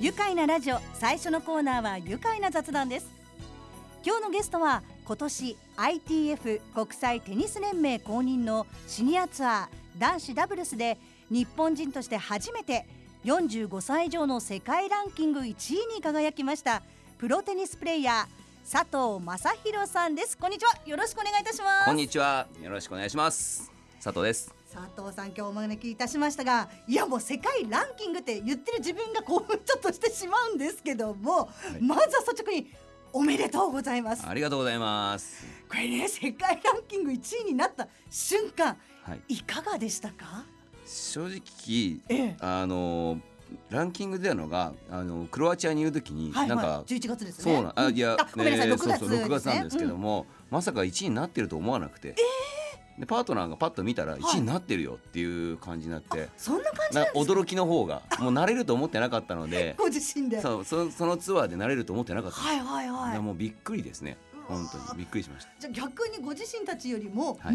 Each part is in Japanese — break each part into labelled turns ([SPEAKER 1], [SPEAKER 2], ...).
[SPEAKER 1] 愉快なラジオ最初のコーナーは愉快な雑談です今日のゲストは今年 ITF 国際テニス連盟公認のシニアツアー男子ダブルスで日本人として初めて45歳以上の世界ランキング1位に輝きましたプロテニスプレーヤー佐藤正弘さんですこんにちはよろしくお願いいたします
[SPEAKER 2] こんにちは。よろしくお願いします。佐藤です。
[SPEAKER 1] 佐藤さん今日お招きいたしましたがいやもう世界ランキングって言ってる自分が興奮ちょっとしてしまうんですけども、
[SPEAKER 2] い
[SPEAKER 1] まずは率直におめでとうございますこ
[SPEAKER 2] ありがとうございます。
[SPEAKER 1] れね世界ランキング1位になった瞬間
[SPEAKER 2] はい。
[SPEAKER 1] いかがでしたか
[SPEAKER 2] 正直、
[SPEAKER 1] ええ
[SPEAKER 2] あのランキング出たのがあのクロアチアにいるときに、
[SPEAKER 1] はい
[SPEAKER 2] なん
[SPEAKER 1] は
[SPEAKER 2] か
[SPEAKER 1] い、11月ですね
[SPEAKER 2] そうなんあいや、
[SPEAKER 1] ごめんなさい
[SPEAKER 2] えー
[SPEAKER 1] 6月
[SPEAKER 2] そうそう6月なんですけ
[SPEAKER 1] う
[SPEAKER 2] ども、まさか1位になってると思わなくて、でパートナーがパッと見たら1位になってるよっていう感じになって、
[SPEAKER 1] そんな感じ
[SPEAKER 2] な
[SPEAKER 1] なんですか
[SPEAKER 2] 驚きの方がもう慣れると思ってなかったので
[SPEAKER 1] 、ご自身ではい
[SPEAKER 2] そうそそのツアーで慣れると思ってなかった。
[SPEAKER 1] はいはい
[SPEAKER 2] いやもうびっくりですね。
[SPEAKER 1] うわー
[SPEAKER 2] 本当にびっくりしました。
[SPEAKER 1] じゃあ逆にご自身たちよりも
[SPEAKER 2] は
[SPEAKER 1] 周り
[SPEAKER 2] い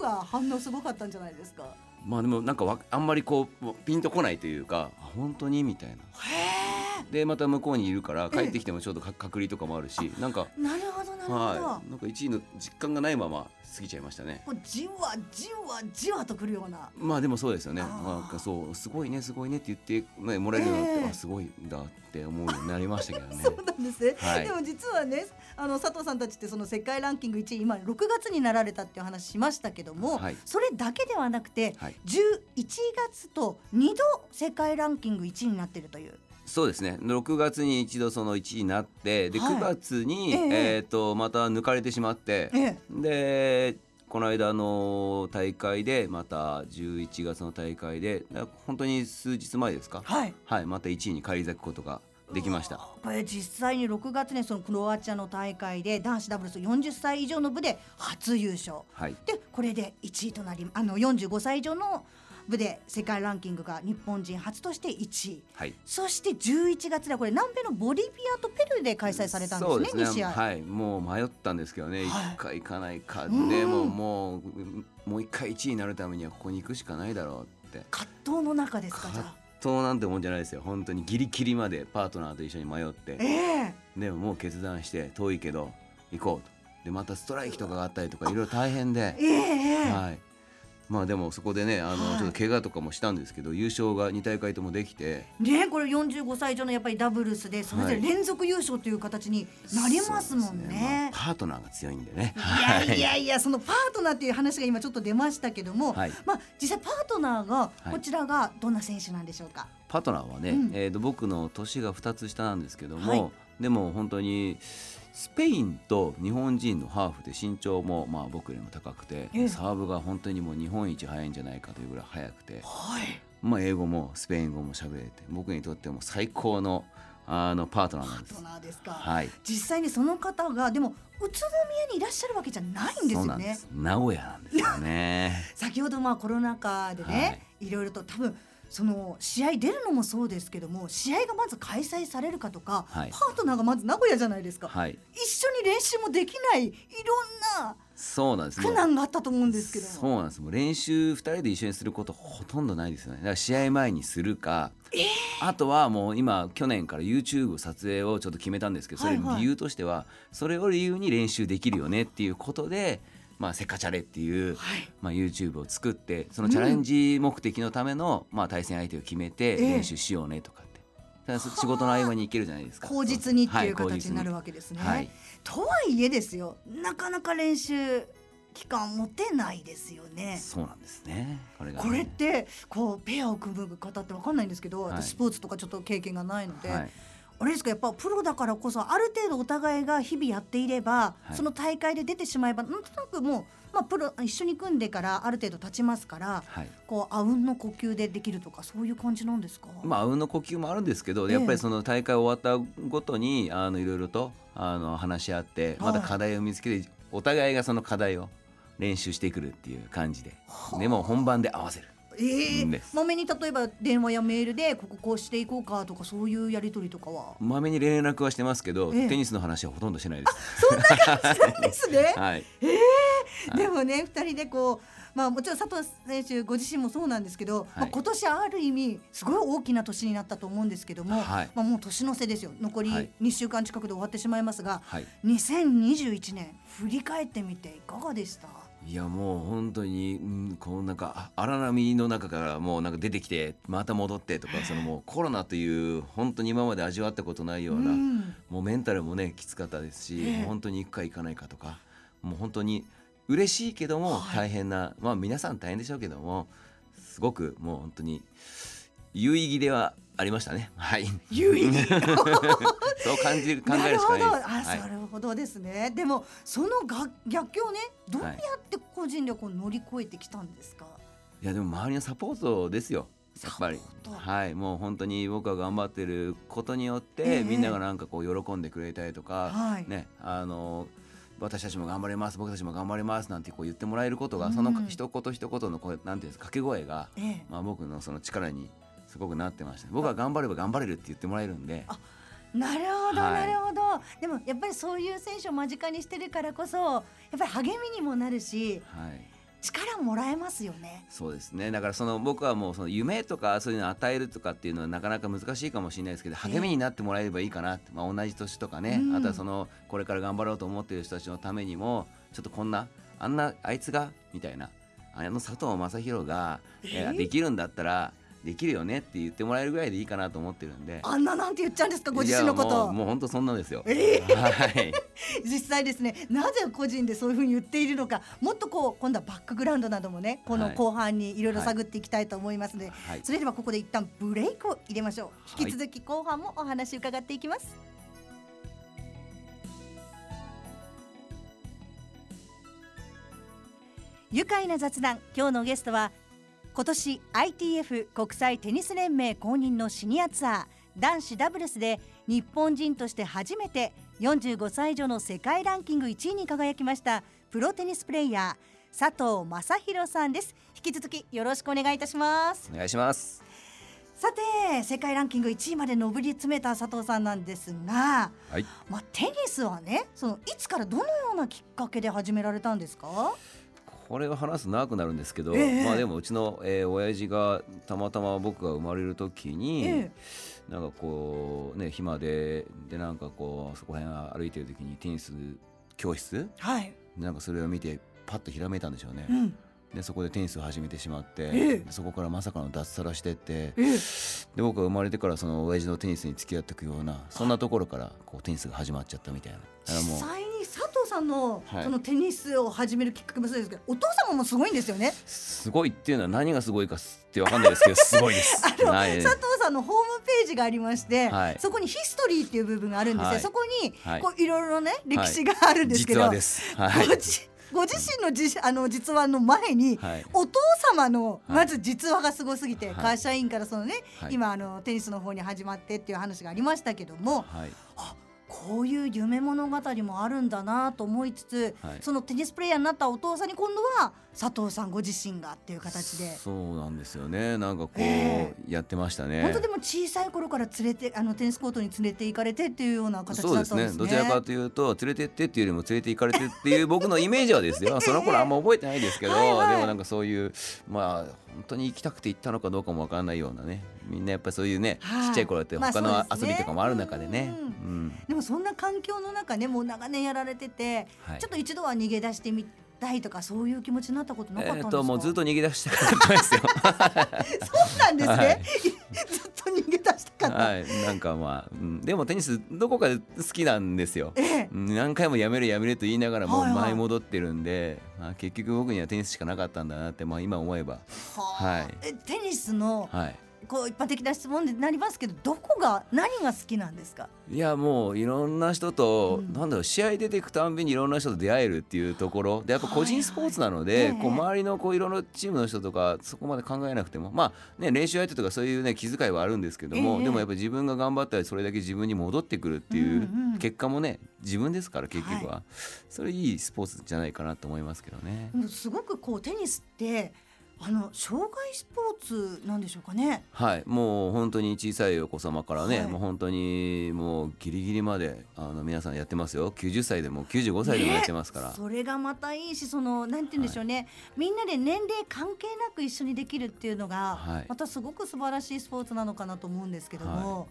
[SPEAKER 1] の方が反応すごかったんじゃないですか、
[SPEAKER 2] まあでもなんかわあんまりこうもうピンとこないというかあ本当にみたいな
[SPEAKER 1] へ
[SPEAKER 2] でまた向こうにいるから帰ってきてもちょっとか隔離とかもあるしなんか
[SPEAKER 1] えなるほどなるほど、
[SPEAKER 2] はいなんか1位の実感がないまま過ぎちゃいましたね
[SPEAKER 1] こうじわじわじわとくるような
[SPEAKER 2] まあでもそうですよね
[SPEAKER 1] あー
[SPEAKER 2] なんかそうすごいねすごいねって言って、ね、もらえるようになって、
[SPEAKER 1] ええ
[SPEAKER 2] あすごいんだって思うようになりましたけどね
[SPEAKER 1] そうなんですね、
[SPEAKER 2] はい
[SPEAKER 1] でも実はねあの佐藤さんたちってその世界ランキング1位今6月になられたっていう話しましたけども、
[SPEAKER 2] はい
[SPEAKER 1] それだけではなくて、
[SPEAKER 2] はい
[SPEAKER 1] 11月と2度世界ランキング1位になってるという
[SPEAKER 2] そうですね6月に一度その1位になってで
[SPEAKER 1] はい
[SPEAKER 2] 9月に、
[SPEAKER 1] ええ
[SPEAKER 2] えーとまた抜かれてしまって、
[SPEAKER 1] ええ
[SPEAKER 2] でこの間の大会でまた11月の大会でだ本当に数日前ですか
[SPEAKER 1] はい
[SPEAKER 2] はいまた1位に返り咲くことができまし
[SPEAKER 1] う
[SPEAKER 2] た
[SPEAKER 1] わこれ実際に6月にそのクロアチアの大会で男子ダブルス40歳以上の部で初優勝
[SPEAKER 2] はい
[SPEAKER 1] でこれで1位となりあの45歳以上の部で世界ランキングが日本人初として1位
[SPEAKER 2] はい
[SPEAKER 1] そして11月ではこれ南米のボリビアとペルーで開催されたんですね
[SPEAKER 2] そうです
[SPEAKER 1] 2試合、
[SPEAKER 2] はいもう迷ったんですけど
[SPEAKER 1] は
[SPEAKER 2] ね、
[SPEAKER 1] い
[SPEAKER 2] 1回行かないか
[SPEAKER 1] うん
[SPEAKER 2] でももうもう1回1位になるためにはここに行くしかないだろうって
[SPEAKER 1] 葛藤の中ですかじゃ
[SPEAKER 2] 葛
[SPEAKER 1] あ
[SPEAKER 2] 藤なんてもんじゃないですよ本当にギリギリまでパートナーと一緒に迷って
[SPEAKER 1] ええ
[SPEAKER 2] でももう決断して遠いけど行こうとでまたストライキとかがあったりとかいろいろ大変で
[SPEAKER 1] ええええ
[SPEAKER 2] はい、まあでもそこでねあ
[SPEAKER 1] はい
[SPEAKER 2] のちょっと怪我とかもしたんですけど、優勝が2大会ともできて
[SPEAKER 1] ねえこれ45歳以上のやっぱりダブルスでそれぞれ連続優勝という形になりますもん
[SPEAKER 2] そうです
[SPEAKER 1] ね。
[SPEAKER 2] まあパートナーが強いんでね。
[SPEAKER 1] いやいやいやそのパートナーっていう話が今ちょっと出ましたけども、
[SPEAKER 2] はい
[SPEAKER 1] まあ実際パートナーが
[SPEAKER 2] はい
[SPEAKER 1] こちらがどんな選手なんでしょうか。
[SPEAKER 2] パートナーはね、
[SPEAKER 1] うん
[SPEAKER 2] えーと僕の年が2つ下なんですけども、
[SPEAKER 1] はい
[SPEAKER 2] でも本当にスペインと日本人のハーフで身長もまあ僕よりも高くて、
[SPEAKER 1] ええ
[SPEAKER 2] サーブが本当にもう日本一早いんじゃないかというぐらい早くて、
[SPEAKER 1] はい。
[SPEAKER 2] まあ、英語もスペイン語も喋れて僕にとっても最高のあのパートナーなん
[SPEAKER 1] パ
[SPEAKER 2] で
[SPEAKER 1] ート
[SPEAKER 2] す。
[SPEAKER 1] ナーですか。
[SPEAKER 2] はい
[SPEAKER 1] 実際にその方がでも宇都宮にいらっしゃるわけじゃないんです
[SPEAKER 2] そ
[SPEAKER 1] よ
[SPEAKER 2] うなんで
[SPEAKER 1] ね。
[SPEAKER 2] す。名古屋なんですよね。
[SPEAKER 1] 先ほどまあコロナ禍でね、い、ろいろと多分その試合出るのもそうですけども試合がまず開催されるかとか、
[SPEAKER 2] はい
[SPEAKER 1] パートナーがまず名古屋じゃないですか、
[SPEAKER 2] はい。
[SPEAKER 1] 一緒に練習もできないいろんな
[SPEAKER 2] そうなんです。
[SPEAKER 1] 苦難があったと思うんですけど
[SPEAKER 2] そうなんです。もう練習二人で一緒にすることほとんどないですよね。だから試合前にするか、あとはもう今去年から YouTube 撮影をちょっと決めたんですけど、それ
[SPEAKER 1] はいはい
[SPEAKER 2] 理由としては、それを理由に練習できるよねっていうことで、まあセカチャレっていう。
[SPEAKER 1] はい、
[SPEAKER 2] まあ、YouTube を作ってそのチャレンジ目的のための、まあ、対戦相手を決めて
[SPEAKER 1] ええ
[SPEAKER 2] 練習しようねとかって、だから仕事の合間に行けるじゃないですか
[SPEAKER 1] 口実にっていう
[SPEAKER 2] は
[SPEAKER 1] 形になる
[SPEAKER 2] わ
[SPEAKER 1] わけです
[SPEAKER 2] け
[SPEAKER 1] ね。
[SPEAKER 2] はい、
[SPEAKER 1] とはいえですよなかなか練習期間持てないですよね。
[SPEAKER 2] そうなんですねこれがね
[SPEAKER 1] これってこうペアを組む方ってわかんないんですけど、
[SPEAKER 2] はい
[SPEAKER 1] 私スポーツとかちょっと経験がないので、
[SPEAKER 2] はい、
[SPEAKER 1] あれですかやっぱプロだからこそある程度お互いが日々やっていれば、
[SPEAKER 2] はい
[SPEAKER 1] その大会で出てしまえばなんとなくもう、まあ、プロ一緒に組んでからある程度経ちますから
[SPEAKER 2] はい
[SPEAKER 1] こうあうんの呼吸でできるとかそういう感じなんですか、
[SPEAKER 2] まあ、あうんの呼吸もあるんですけど、
[SPEAKER 1] ええ
[SPEAKER 2] やっぱりその大会終わったごとにあのいろいろとあの話し合っ
[SPEAKER 1] はい
[SPEAKER 2] てまた課題を見つけてお互いがその課題を練習してくるっていう感じで
[SPEAKER 1] はあ
[SPEAKER 2] でも本番で合わせる
[SPEAKER 1] ええ
[SPEAKER 2] うんです
[SPEAKER 1] まめに例えば電話やメールでこここうしていこうかとかそういうやり取りとか は
[SPEAKER 2] まめに連絡はしてますけど、
[SPEAKER 1] ええ
[SPEAKER 2] テニスの話はほとんどしないです。
[SPEAKER 1] なんですね
[SPEAKER 2] はい、
[SPEAKER 1] でもね二人でこうまあ、もちろん佐藤選手ご自身もそうなんですけど、まあ、
[SPEAKER 2] はい
[SPEAKER 1] 今年ある意味すごい大きな年になったと思うんですけども、
[SPEAKER 2] はい
[SPEAKER 1] まあ、もう年の瀬ですよ残り
[SPEAKER 2] はい
[SPEAKER 1] 2週間近くで終わってしまいますが、
[SPEAKER 2] はい
[SPEAKER 1] 2021年振り返ってみていかがでした
[SPEAKER 2] いやもう本当に、うん、こうなんかあ荒波の中からもうなんか出てきてまた戻ってとかそのもうコロナという本当に今まで味わったことないような、
[SPEAKER 1] ん
[SPEAKER 2] もうメンタルもねきつかったですし、
[SPEAKER 1] ええ
[SPEAKER 2] 本当に行くか行かないかとかもう本当に嬉しいけども
[SPEAKER 1] はい
[SPEAKER 2] 大変な、まあ皆さん大変でしょうけどもすごくもう本当に有意義ではありましたねはい
[SPEAKER 1] 有意義
[SPEAKER 2] そう感じる考
[SPEAKER 1] な
[SPEAKER 2] え
[SPEAKER 1] る
[SPEAKER 2] るし
[SPEAKER 1] ほ
[SPEAKER 2] か
[SPEAKER 1] ど
[SPEAKER 2] ない
[SPEAKER 1] あ、
[SPEAKER 2] です、
[SPEAKER 1] な
[SPEAKER 2] はい、
[SPEAKER 1] るほどですねでもそのが逆境をねどうや
[SPEAKER 2] はい
[SPEAKER 1] って個人力を乗り越えてきたんですか、
[SPEAKER 2] いやでも周りのサポートですよやっぱり
[SPEAKER 1] サポート
[SPEAKER 2] はいもう本当に僕が頑張ってることによって、
[SPEAKER 1] ええ
[SPEAKER 2] みんながなんかこう喜んでくれたりとか、
[SPEAKER 1] はい
[SPEAKER 2] ねあの私たちも頑張れます僕たちも頑張れますなんてこう言ってもらえることが、
[SPEAKER 1] うん
[SPEAKER 2] その一言一言のこうなんていうんですか掛け声が、
[SPEAKER 1] ええ、
[SPEAKER 2] まあ、僕のその力にすごくなってました僕は頑張れば頑張れるって言ってもらえるんで
[SPEAKER 1] あなるほど、
[SPEAKER 2] はい
[SPEAKER 1] なるほどでもやっぱりそういう選手を間近にしてるからこそやっぱり励みにもなるし
[SPEAKER 2] はい
[SPEAKER 1] 力もらえますよね。
[SPEAKER 2] そうですねだからその僕はもうその夢とかそういうのを与えるとかっていうのはなかなか難しいかもしれないですけど励みになってもらえればいいかなって、まあ、同じ年とかね、
[SPEAKER 1] うん
[SPEAKER 2] あとはそのこれから頑張ろうと思っている人たちのためにもちょっとこんなあんなあいつがみたいなあの佐藤正宏が、
[SPEAKER 1] え
[SPEAKER 2] いやできるんだったらできるよねって言ってもらえるぐらいでいいかなと思ってるんで
[SPEAKER 1] あんななんて言っちゃうんですかご自身のこ
[SPEAKER 2] いやもう
[SPEAKER 1] と
[SPEAKER 2] もう本当そんなんですよ。
[SPEAKER 1] え
[SPEAKER 2] はい
[SPEAKER 1] 実際ですねなぜ個人でそういうふうに言っているのかもっとこう今度はバックグラウンドなどもねこの
[SPEAKER 2] はい
[SPEAKER 1] 後半にいろいろ
[SPEAKER 2] はい
[SPEAKER 1] 探っていきたいと思いますので、
[SPEAKER 2] はい
[SPEAKER 1] それではここで一旦ブレイクを入れましょう、
[SPEAKER 2] はい
[SPEAKER 1] 引き続き後半もお話伺っていきます愉快な雑談今日のゲストは今年 ITF 国際テニス連盟公認のシニアツアー男子ダブルスで日本人として初めて45歳以上の世界ランキング1位に輝きましたプロテニスプレーヤー佐藤正弘さんです引き続きよろしくお願いいたします
[SPEAKER 2] お願いします。
[SPEAKER 1] さて世界ランキング1位まで上り詰めた佐藤さんなんですが、
[SPEAKER 2] はい
[SPEAKER 1] まあ、テニスはねそのいつからどのようなきっかけで始められたんですか
[SPEAKER 2] これを話すと長くなるんですけど、
[SPEAKER 1] ええ
[SPEAKER 2] まあでもうちの、えー、親父がたまたま僕が生まれる時に、
[SPEAKER 1] え
[SPEAKER 2] なんかこうね暇ででなんかこうそこら辺歩いてる時にテニス教室
[SPEAKER 1] はい、
[SPEAKER 2] なんかそれを見てパッとひらめいたんでしょうね
[SPEAKER 1] う。ん
[SPEAKER 2] でそこでテニスを始めてしまって、
[SPEAKER 1] ええ
[SPEAKER 2] そこからまさかの脱サラしてって
[SPEAKER 1] ええ
[SPEAKER 2] で僕が生まれてからその親父のテニスに付き合っていくようなそんなところからこうテニスが始まっちゃったみたいな。だからも
[SPEAKER 1] 実
[SPEAKER 2] う
[SPEAKER 1] 際に佐藤さんの
[SPEAKER 2] はい
[SPEAKER 1] そのテニスを始めるきっかけもそうですけど、お父様もすごいんですよ ね。
[SPEAKER 2] すごいっていうのは何がすごいかすってわかんないですけどすごいです。
[SPEAKER 1] あの
[SPEAKER 2] はい
[SPEAKER 1] 佐藤さんのホームページがありまして、
[SPEAKER 2] はい
[SPEAKER 1] そこにヒストリーっていう部分があるんですよ。
[SPEAKER 2] はい
[SPEAKER 1] そこに
[SPEAKER 2] はい
[SPEAKER 1] こういろいろね歴史があるんですけど、
[SPEAKER 2] 実話です。はい
[SPEAKER 1] ご。じご自身のじあの実話の前に。
[SPEAKER 2] はい。
[SPEAKER 1] お父様の
[SPEAKER 2] はい
[SPEAKER 1] まず実話がすごすぎて、
[SPEAKER 2] はい
[SPEAKER 1] 会社員からそのね、
[SPEAKER 2] はい
[SPEAKER 1] 今あのテニスの方に始まってっていう話がありましたけども、
[SPEAKER 2] はい。
[SPEAKER 1] こういう夢物語もあるんだなと思いつつ、
[SPEAKER 2] はい
[SPEAKER 1] そのテニスプレーヤーになったお父さんに今度は佐藤さんご自身がっていう形で。
[SPEAKER 2] そうなんですよね。なんかこ
[SPEAKER 1] え
[SPEAKER 2] うやってましたね。
[SPEAKER 1] 本当でも小さい頃から連れてあのテニスコートに連れて行かれてっていうような形だっ
[SPEAKER 2] そう
[SPEAKER 1] たん
[SPEAKER 2] で
[SPEAKER 1] ですすね。
[SPEAKER 2] ねどちらかというと連れてってっていうよりも連れて行かれてっていう僕のイメージはですよその頃あんま覚えてないですけど
[SPEAKER 1] はいはい
[SPEAKER 2] でもなんかそういうまあ本当に行きたくて行ったのかどうかもわからないようなねみんなやっぱりそういうね、
[SPEAKER 1] はい
[SPEAKER 2] ちっちゃい頃って
[SPEAKER 1] まあ
[SPEAKER 2] 他の
[SPEAKER 1] そうです
[SPEAKER 2] 遊
[SPEAKER 1] ね
[SPEAKER 2] びとかもある中でね、
[SPEAKER 1] うん
[SPEAKER 2] うん
[SPEAKER 1] でもそんな環境の中ねもう長年やられてて、
[SPEAKER 2] はい
[SPEAKER 1] ちょっと一度は逃げ出してみたいとかそういう気持ちになったことなかったん
[SPEAKER 2] え
[SPEAKER 1] です
[SPEAKER 2] っ
[SPEAKER 1] か、
[SPEAKER 2] ともうずっと逃げ出したかったですよ
[SPEAKER 1] そうなんですね、
[SPEAKER 2] はい
[SPEAKER 1] ずっと逃げ出したかった、
[SPEAKER 2] はいなんかまあ、うん、でもテニスどこかで好きなんですよ
[SPEAKER 1] ええ
[SPEAKER 2] うん何回もやめるやめると言いながらも
[SPEAKER 1] はいはい
[SPEAKER 2] 舞い戻ってるんで、まあ、結局僕にはテニスしかなかったんだなって、まあ、今思えば、
[SPEAKER 1] はあ
[SPEAKER 2] はい
[SPEAKER 1] えテニスの
[SPEAKER 2] はい、
[SPEAKER 1] こう一般的な質問になりますけどどこが何が好きなんですか
[SPEAKER 2] いやもういろんな人と、
[SPEAKER 1] うん
[SPEAKER 2] なんだろう試合出ていくたんびにいろんな人と出会えるっていうところでやっぱ
[SPEAKER 1] は
[SPEAKER 2] 個
[SPEAKER 1] いは
[SPEAKER 2] 人
[SPEAKER 1] い
[SPEAKER 2] スポーツなので、
[SPEAKER 1] ええ
[SPEAKER 2] こう周りのこういろんなチームの人とかそこまで考えなくてもまあ、ね、練習相手とかそういう、ね、気遣いはあるんですけども、
[SPEAKER 1] ええ
[SPEAKER 2] でもやっぱ自分が頑張ったらそれだけ自分に戻ってくるってい
[SPEAKER 1] うんうん
[SPEAKER 2] う結果もね自分ですから結局は、それいいスポーツじゃないかなと思いますけどね。
[SPEAKER 1] うんすごくこうテニスってあの障害スポーツなんでしょうかね。
[SPEAKER 2] はい、もう本当に小さいお子様からね、
[SPEAKER 1] はい
[SPEAKER 2] もう本当にもうギリギリまであの皆さんやってますよ90歳でも95歳でもやってますから、
[SPEAKER 1] それがまたいいしそのなんて言うんでしょうね、みんなで年齢関係なく一緒にできるっていうのが、
[SPEAKER 2] はい
[SPEAKER 1] またすごく素晴らしいスポーツなのかなと思うんですけども、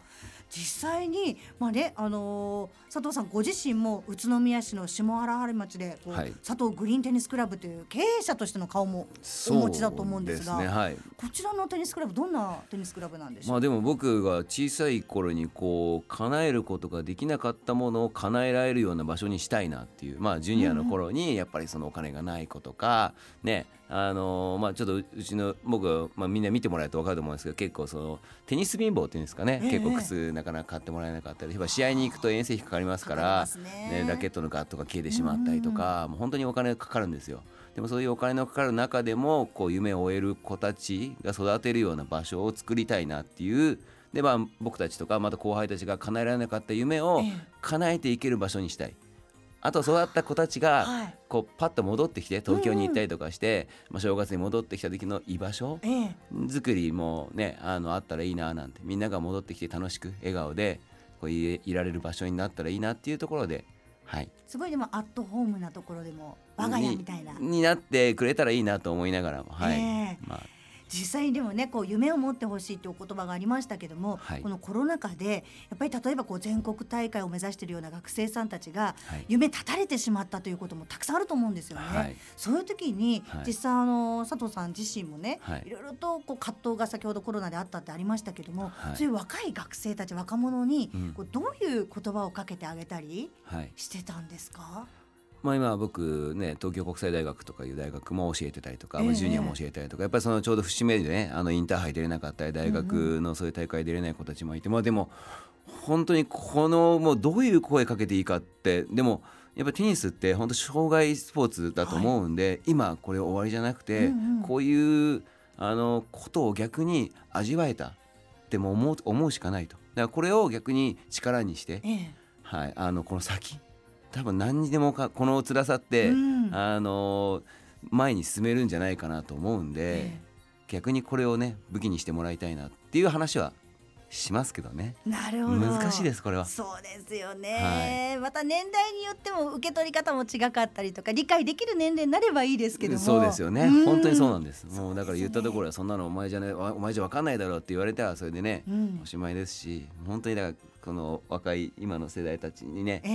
[SPEAKER 1] 実際に、まあねあのー佐藤さんご自身も宇都宮市の下原原町でこう、
[SPEAKER 2] はい
[SPEAKER 1] 佐藤グリーンテニスクラブという経営者としての顔もお持ちだと思うんですが
[SPEAKER 2] そうねはい
[SPEAKER 1] こちらのテニスクラブどんなテニスクラブなんでしょう、
[SPEAKER 2] まあでも僕が小さい頃にこう叶えることができなかったものを叶えられるような場所にしたいなっていうまあジュニアの頃にやっぱりそのお金がない子とかねあのーまあちょっとうちの僕まあみんな見てもらえると分かると思うんですけど結構そのテニス貧乏っていうんですかね
[SPEAKER 1] ええ
[SPEAKER 2] 結構靴なかなか買ってもらえなかったりやっぱ試合に行くと遠征費かか
[SPEAKER 1] かかり
[SPEAKER 2] りますか
[SPEAKER 1] ま
[SPEAKER 2] ら
[SPEAKER 1] すね
[SPEAKER 2] ねラケットのガットが消えてしまったりとかもう本当にお金かかるんですよ。でもそういうお金のかかる中でもこう夢を終える子たちが育てるような場所を作りたいなっていうで、まあ、僕たちとかまた後輩たちが叶えられなかった夢を
[SPEAKER 1] ええ
[SPEAKER 2] 叶えていける場所にしたい。あと育った子たちが
[SPEAKER 1] はい
[SPEAKER 2] こうパッと戻ってきて東京に行ったりとかして、まあ、正月に戻ってきた時の居場所
[SPEAKER 1] ええ
[SPEAKER 2] 作りもねあのあったらいいななんてみんなが戻ってきて楽しく笑顔でこういいられる場所になったらいいなっていうところで、はい、
[SPEAKER 1] すごいでもアットホームなところでも我が家みたいな。
[SPEAKER 2] にになってくれたらいいなと思いながらも、はい
[SPEAKER 1] ええ
[SPEAKER 2] まあ、
[SPEAKER 1] 実際にでもねこう夢を持ってほしいというお言葉がありましたけども、
[SPEAKER 2] はい
[SPEAKER 1] このコロナ禍でやっぱり例えばこう全国大会を目指しているような学生さんたちが
[SPEAKER 2] はい
[SPEAKER 1] 夢絶たれてしまったということもたくさんあると思うんですよね。
[SPEAKER 2] はい
[SPEAKER 1] そういう時に、
[SPEAKER 2] はい
[SPEAKER 1] 実際あの佐藤さん自身もね、
[SPEAKER 2] はい
[SPEAKER 1] い、ろいろとこう葛藤が先ほどコロナであったってありましたけども、
[SPEAKER 2] はい
[SPEAKER 1] そういう若い学生たち若者に
[SPEAKER 2] うん
[SPEAKER 1] こうどういう言葉をかけてあげたり
[SPEAKER 2] はい
[SPEAKER 1] してたんですか、
[SPEAKER 2] まあ、今僕ね東京国際大学とかいう大学も教えてたりとか、ま
[SPEAKER 1] え
[SPEAKER 2] あ
[SPEAKER 1] え
[SPEAKER 2] ジュニアも教えたりとかやっぱりそのちょうど節目でねあのインターハイ出れなかったり大学のそういう大会出れない子たちもいて、まあでも本当にこのもうどういう声かけていいかってでもやっぱテニスって本当障害スポーツだと思うんで、今これ終わりじゃなくて、
[SPEAKER 1] うんうん
[SPEAKER 2] こういうあのことを逆に味わえたっても思う思うしかないと。だからこれを逆に力にして、
[SPEAKER 1] ええ
[SPEAKER 2] はい、あのこの先多分何にでもかこの辛さって、
[SPEAKER 1] うん
[SPEAKER 2] あの前に進めるんじゃないかなと思うんで、
[SPEAKER 1] え
[SPEAKER 2] 逆にこれをね武器にしてもらいたいなっていう話はしますけどね
[SPEAKER 1] なるほど
[SPEAKER 2] 難しいですこれは。
[SPEAKER 1] そうですよね、また年代によっても受け取り方も違かったりとか理解できる年齢になればいいですけども
[SPEAKER 2] そうですよね、
[SPEAKER 1] ん
[SPEAKER 2] 本当にそうなんんです
[SPEAKER 1] そ
[SPEAKER 2] も
[SPEAKER 1] うですね
[SPEAKER 2] うだから言ったところはそんなのお前じゃねわお前じゃ分かんないだろうって言われたらそれでね、
[SPEAKER 1] うん
[SPEAKER 2] おしまいですし本当にだからこの若い今の世代たちにね
[SPEAKER 1] え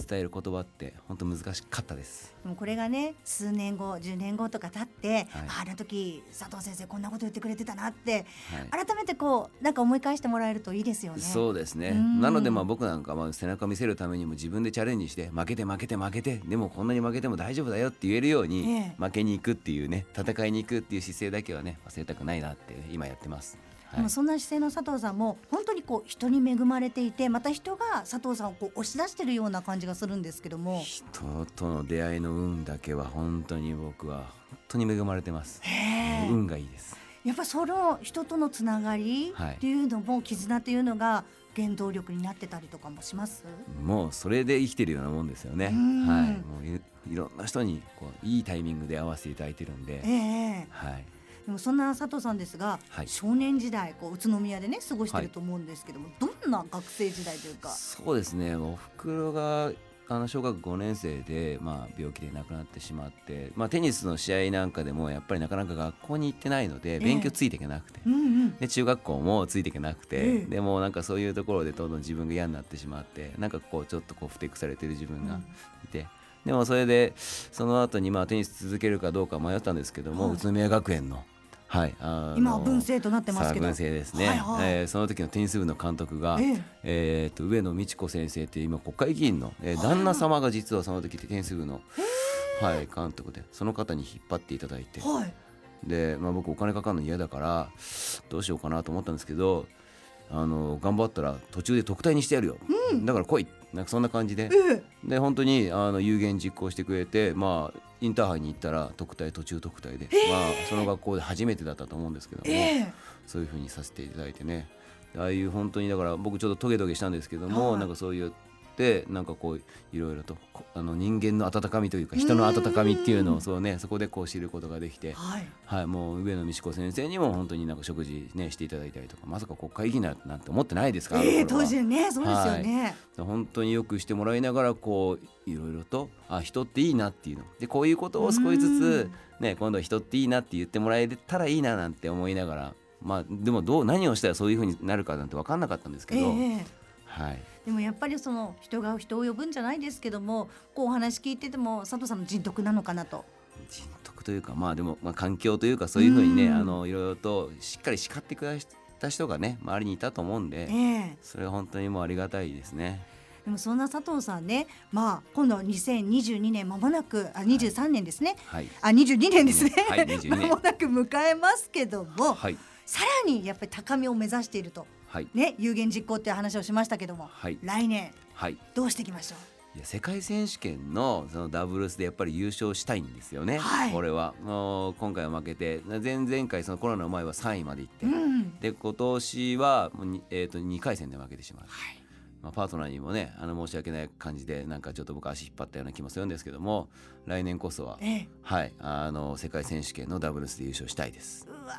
[SPEAKER 1] え
[SPEAKER 2] 伝える言葉って本当難しかったです。
[SPEAKER 1] でもこれがね数年後10年後とか経って、
[SPEAKER 2] はい
[SPEAKER 1] ああの時佐藤先生こんなこと言ってくれてたなって、
[SPEAKER 2] はい
[SPEAKER 1] 改めてこうなんか思い返してもらえるといいですよね。
[SPEAKER 2] そうですね
[SPEAKER 1] うん
[SPEAKER 2] なのでまあ僕なんかは背中見せるためにも自分でチャレンジして負けて負けて負けてでもこんなに負けても大丈夫だよって言えるように、
[SPEAKER 1] ええ
[SPEAKER 2] 負けに行くっていうね戦いに行くっていう姿勢だけはね忘れたくないなってね、今やってます。は
[SPEAKER 1] で
[SPEAKER 2] い
[SPEAKER 1] もそんな姿勢の佐藤さんも本当にこう人に恵まれていてまた人が佐藤さんをこう押し出してるような感じがするんですけども。
[SPEAKER 2] 人との出会いの運だけは本当に僕は本当に恵まれてます。
[SPEAKER 1] ええ
[SPEAKER 2] 運がいいです。
[SPEAKER 1] やっぱその人とのつながり
[SPEAKER 2] はい
[SPEAKER 1] っていうのも絆っていうのが原動力になってたりとかもします。
[SPEAKER 2] もうそれで生きてるようなもんですよね。
[SPEAKER 1] うん
[SPEAKER 2] はい、もういいろんな人にこういいタイミングで会わせていただいてるんで
[SPEAKER 1] え、え
[SPEAKER 2] はい、
[SPEAKER 1] でもそんな佐藤さんですが、
[SPEAKER 2] はい
[SPEAKER 1] 少年時代こう宇都宮でね過ごして
[SPEAKER 2] は
[SPEAKER 1] る
[SPEAKER 2] い
[SPEAKER 1] と思うんですけども、どんな学生時代というか。
[SPEAKER 2] そうですねおふくろがあの小学5年生で、まあ、病気で亡くなってしまって、まあ、テニスの試合なんかでもやっぱりなかなか学校に行ってないので
[SPEAKER 1] え
[SPEAKER 2] 勉強ついていけなくて、
[SPEAKER 1] うんうん。
[SPEAKER 2] で中学校もついていけなくて、
[SPEAKER 1] ええ
[SPEAKER 2] でもうなんかそういうところでどんどん自分が嫌になってしまってなんかこうちょっとこうふてくされてる自分がいて、でもそれでその後にまあテニス続けるかどうか迷ったんですけども、
[SPEAKER 1] はい
[SPEAKER 2] 宇都宮学園の。はい、あの
[SPEAKER 1] 今は文生となってますけど。
[SPEAKER 2] さあ文生ですね、
[SPEAKER 1] はいはい
[SPEAKER 2] えーその時のテニス部の監督が、
[SPEAKER 1] え
[SPEAKER 2] え
[SPEAKER 1] え
[SPEAKER 2] ーと上野美智子先生っていう今国会議員の、えー旦那様が実はその時テニス部の、はい、監督でその方に引っ張っていただいて
[SPEAKER 1] はい。
[SPEAKER 2] で、まあ、僕お金かかるの嫌だからどうしようかなと思ったんですけどあの頑張ったら途中で特待にしてやるよ、だから来いなんかそんな感じで。
[SPEAKER 1] ええ
[SPEAKER 2] で本当にあの有言実行してくれて、まあ、インターハイに行ったら特待途中特待で、まあ、その学校で初めてだったと思うんですけども、
[SPEAKER 1] ええ
[SPEAKER 2] そういう風にさせていただいてねああいう本当にだから僕ちょっとトゲトゲしたんですけども、
[SPEAKER 1] はい
[SPEAKER 2] なんかそういうってなんかこういろいろとこあの人間の温かみというか人の温かみっていうのをそう、ね、そこでこう知ることができて、
[SPEAKER 1] はい。
[SPEAKER 2] はい、もう上野美智子先生にも本当になんか食事、ね、していただいたりとかまさか国会議員なんなんて思ってないですから、
[SPEAKER 1] ええ
[SPEAKER 2] あの頃
[SPEAKER 1] 当
[SPEAKER 2] は
[SPEAKER 1] 時ね、そうですよね。
[SPEAKER 2] 本当によくしてもらいながらこういろいろとあ人っていいなっていうのでこういうことを少しずつ、ね、今度は人っていいなって言ってもらえたらいいななんて思いながら、まあ、でもどう何をしたらそういうふうになるかなんて分かんなかったんですけ
[SPEAKER 1] ええ
[SPEAKER 2] ど、
[SPEAKER 1] ええ
[SPEAKER 2] はい、
[SPEAKER 1] でもやっぱりその人が人を呼ぶんじゃないですけども、こうお話聞いてても佐藤さんの人徳なのかなと。
[SPEAKER 2] 人徳というかまあでも、まあ、環境というかそういうふうにね
[SPEAKER 1] うん
[SPEAKER 2] あのいろいろとしっかり叱ってくだした人がね周りにいたと思うんで
[SPEAKER 1] ええ
[SPEAKER 2] それは本当にもうありがたいですね。
[SPEAKER 1] でもそんな佐藤さんね、まあ今度は2022年まもなくあ23年ですね。
[SPEAKER 2] はい、
[SPEAKER 1] あ22年ですね。
[SPEAKER 2] はい 22
[SPEAKER 1] ま
[SPEAKER 2] 年
[SPEAKER 1] もなく迎えますけども、
[SPEAKER 2] はい、
[SPEAKER 1] さらにやっぱり高みを目指していると
[SPEAKER 2] はい、
[SPEAKER 1] ね有言実行っていう話をしましたけども、
[SPEAKER 2] はい
[SPEAKER 1] 来年
[SPEAKER 2] はい
[SPEAKER 1] どうしていきましょ
[SPEAKER 2] いや世界選手権のそのダブルスでやっぱり優勝したいんですよね、
[SPEAKER 1] はい
[SPEAKER 2] 俺はもう今回は負けて前々回そのコロナの前は3位まで行って、
[SPEAKER 1] う。うん。
[SPEAKER 2] で今年はもうに、えー、と2回戦で負けてしまう、まあ、パートナーにもねあの申し訳ない感じでなんかちょっと僕足引っ張ったような気もするんですけども来年こそは、
[SPEAKER 1] ええ。
[SPEAKER 2] はい、あの世界選手権のダブルスで優勝したいです。
[SPEAKER 1] うわー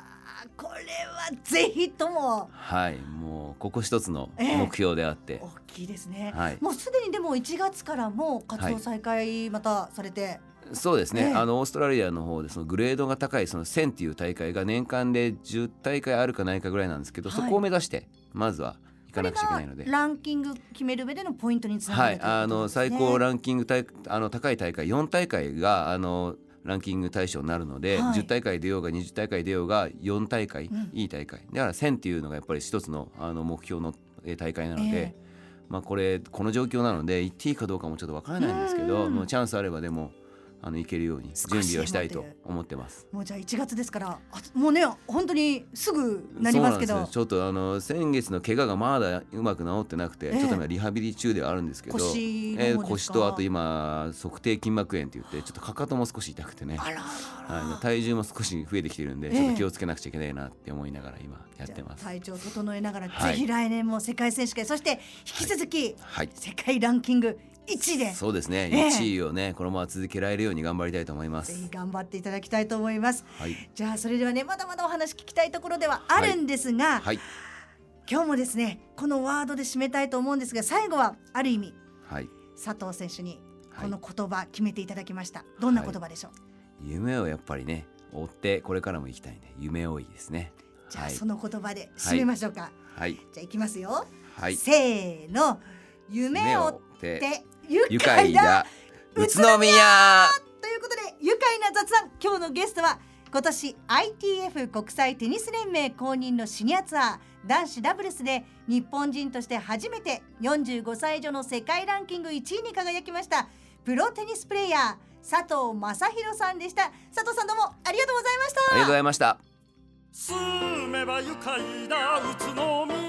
[SPEAKER 1] これはぜひとも
[SPEAKER 2] はい、もうここ一つの
[SPEAKER 1] ええ
[SPEAKER 2] 目標であって、
[SPEAKER 1] 大きいですね、
[SPEAKER 2] はい
[SPEAKER 1] もうすでにでも1月からもう活動
[SPEAKER 2] はい
[SPEAKER 1] 再開またされて、
[SPEAKER 2] そうですね、
[SPEAKER 1] ええ
[SPEAKER 2] あのオーストラリアの方でそのグレードが高いその1000っていう大会が年間で10大会あるかないかぐらいなんですけど、
[SPEAKER 1] はい
[SPEAKER 2] そこを目指してまずは行
[SPEAKER 1] こ
[SPEAKER 2] か
[SPEAKER 1] れ
[SPEAKER 2] なくちゃいけな
[SPEAKER 1] が
[SPEAKER 2] いので。
[SPEAKER 1] ランキング決める上でのポイントにつなが
[SPEAKER 2] は
[SPEAKER 1] る
[SPEAKER 2] い、あの最高ランキング大あの高い大会4大会があのランキング対象になるので、
[SPEAKER 1] はい
[SPEAKER 2] 10大会出ようが20大会出ようが4大会、
[SPEAKER 1] ん
[SPEAKER 2] いい大会だから1000っていうのがやっぱり一つのあの目標のえー大会なので、
[SPEAKER 1] ええ
[SPEAKER 2] まあ、これこの状況なので行っていいかどうかもちょっとわからないんですけ
[SPEAKER 1] う
[SPEAKER 2] ど
[SPEAKER 1] ん
[SPEAKER 2] もうチャンスあればでもあの行けるように準備をしたい
[SPEAKER 1] 少
[SPEAKER 2] と
[SPEAKER 1] しでも
[SPEAKER 2] 思ってます。
[SPEAKER 1] もうじゃあ1月ですからあともうね本当にすぐなりますけ
[SPEAKER 2] そうなん
[SPEAKER 1] ど
[SPEAKER 2] ですよちょっとあの先月の怪我がまだうまく治ってなくて、
[SPEAKER 1] ええ
[SPEAKER 2] ちょっと今リハビリ中ではあるんですけど
[SPEAKER 1] 腰の方
[SPEAKER 2] え
[SPEAKER 1] ですか
[SPEAKER 2] 腰とあと今足底筋膜炎って言ってちょっとかかとも少し痛くてね、
[SPEAKER 1] あらあらあら
[SPEAKER 2] はい、体重も少し増えてきてるんで、
[SPEAKER 1] ええ
[SPEAKER 2] ちょっと気をつけなくちゃいけないなって思いながら今やっ
[SPEAKER 1] じゃ
[SPEAKER 2] て
[SPEAKER 1] あ
[SPEAKER 2] ます。
[SPEAKER 1] 体調を整えながら、
[SPEAKER 2] はい
[SPEAKER 1] ぜひ来年も世界選手権そして引き続き、
[SPEAKER 2] はい
[SPEAKER 1] 世界ランキング1位で
[SPEAKER 2] そうですね、
[SPEAKER 1] ええ
[SPEAKER 2] 1位をねこのまま続けられるように頑張りたいと思いま
[SPEAKER 1] ぜ
[SPEAKER 2] す
[SPEAKER 1] ひ。頑張っていただきたいと思います。
[SPEAKER 2] はい、
[SPEAKER 1] じゃあそれではねまだまだお話聞きたいところではあるんですが、
[SPEAKER 2] はい、
[SPEAKER 1] 今日もですねこのワードで締めたいと思うんですが最後はある意味
[SPEAKER 2] はい、
[SPEAKER 1] 佐藤選手に
[SPEAKER 2] は
[SPEAKER 1] こ
[SPEAKER 2] い
[SPEAKER 1] の言葉決めていただきました、どんな言葉でしょう、
[SPEAKER 2] 夢をやっぱりね追ってこれからも行きたいね夢追いですね。
[SPEAKER 1] じゃあ
[SPEAKER 2] はい
[SPEAKER 1] その言葉で締めましょうか、
[SPEAKER 2] はい
[SPEAKER 1] じゃあいきますよ、
[SPEAKER 2] はい。
[SPEAKER 1] せーの夢を追って愉
[SPEAKER 2] 愉
[SPEAKER 1] 快
[SPEAKER 2] 快
[SPEAKER 1] だ
[SPEAKER 2] だ宇都宮
[SPEAKER 1] ということで愉快な雑談今日のゲストは今年 ITF 国際テニス連盟公認のシニアツアー男子ダブルスで日本人として初めて45歳以上の世界ランキング1位に輝きましたプロテニスプレーヤー佐藤正弘さんでした佐藤さんどうもありがとうございました
[SPEAKER 2] ありがとうございました
[SPEAKER 3] 住めば愉快だ宇都宮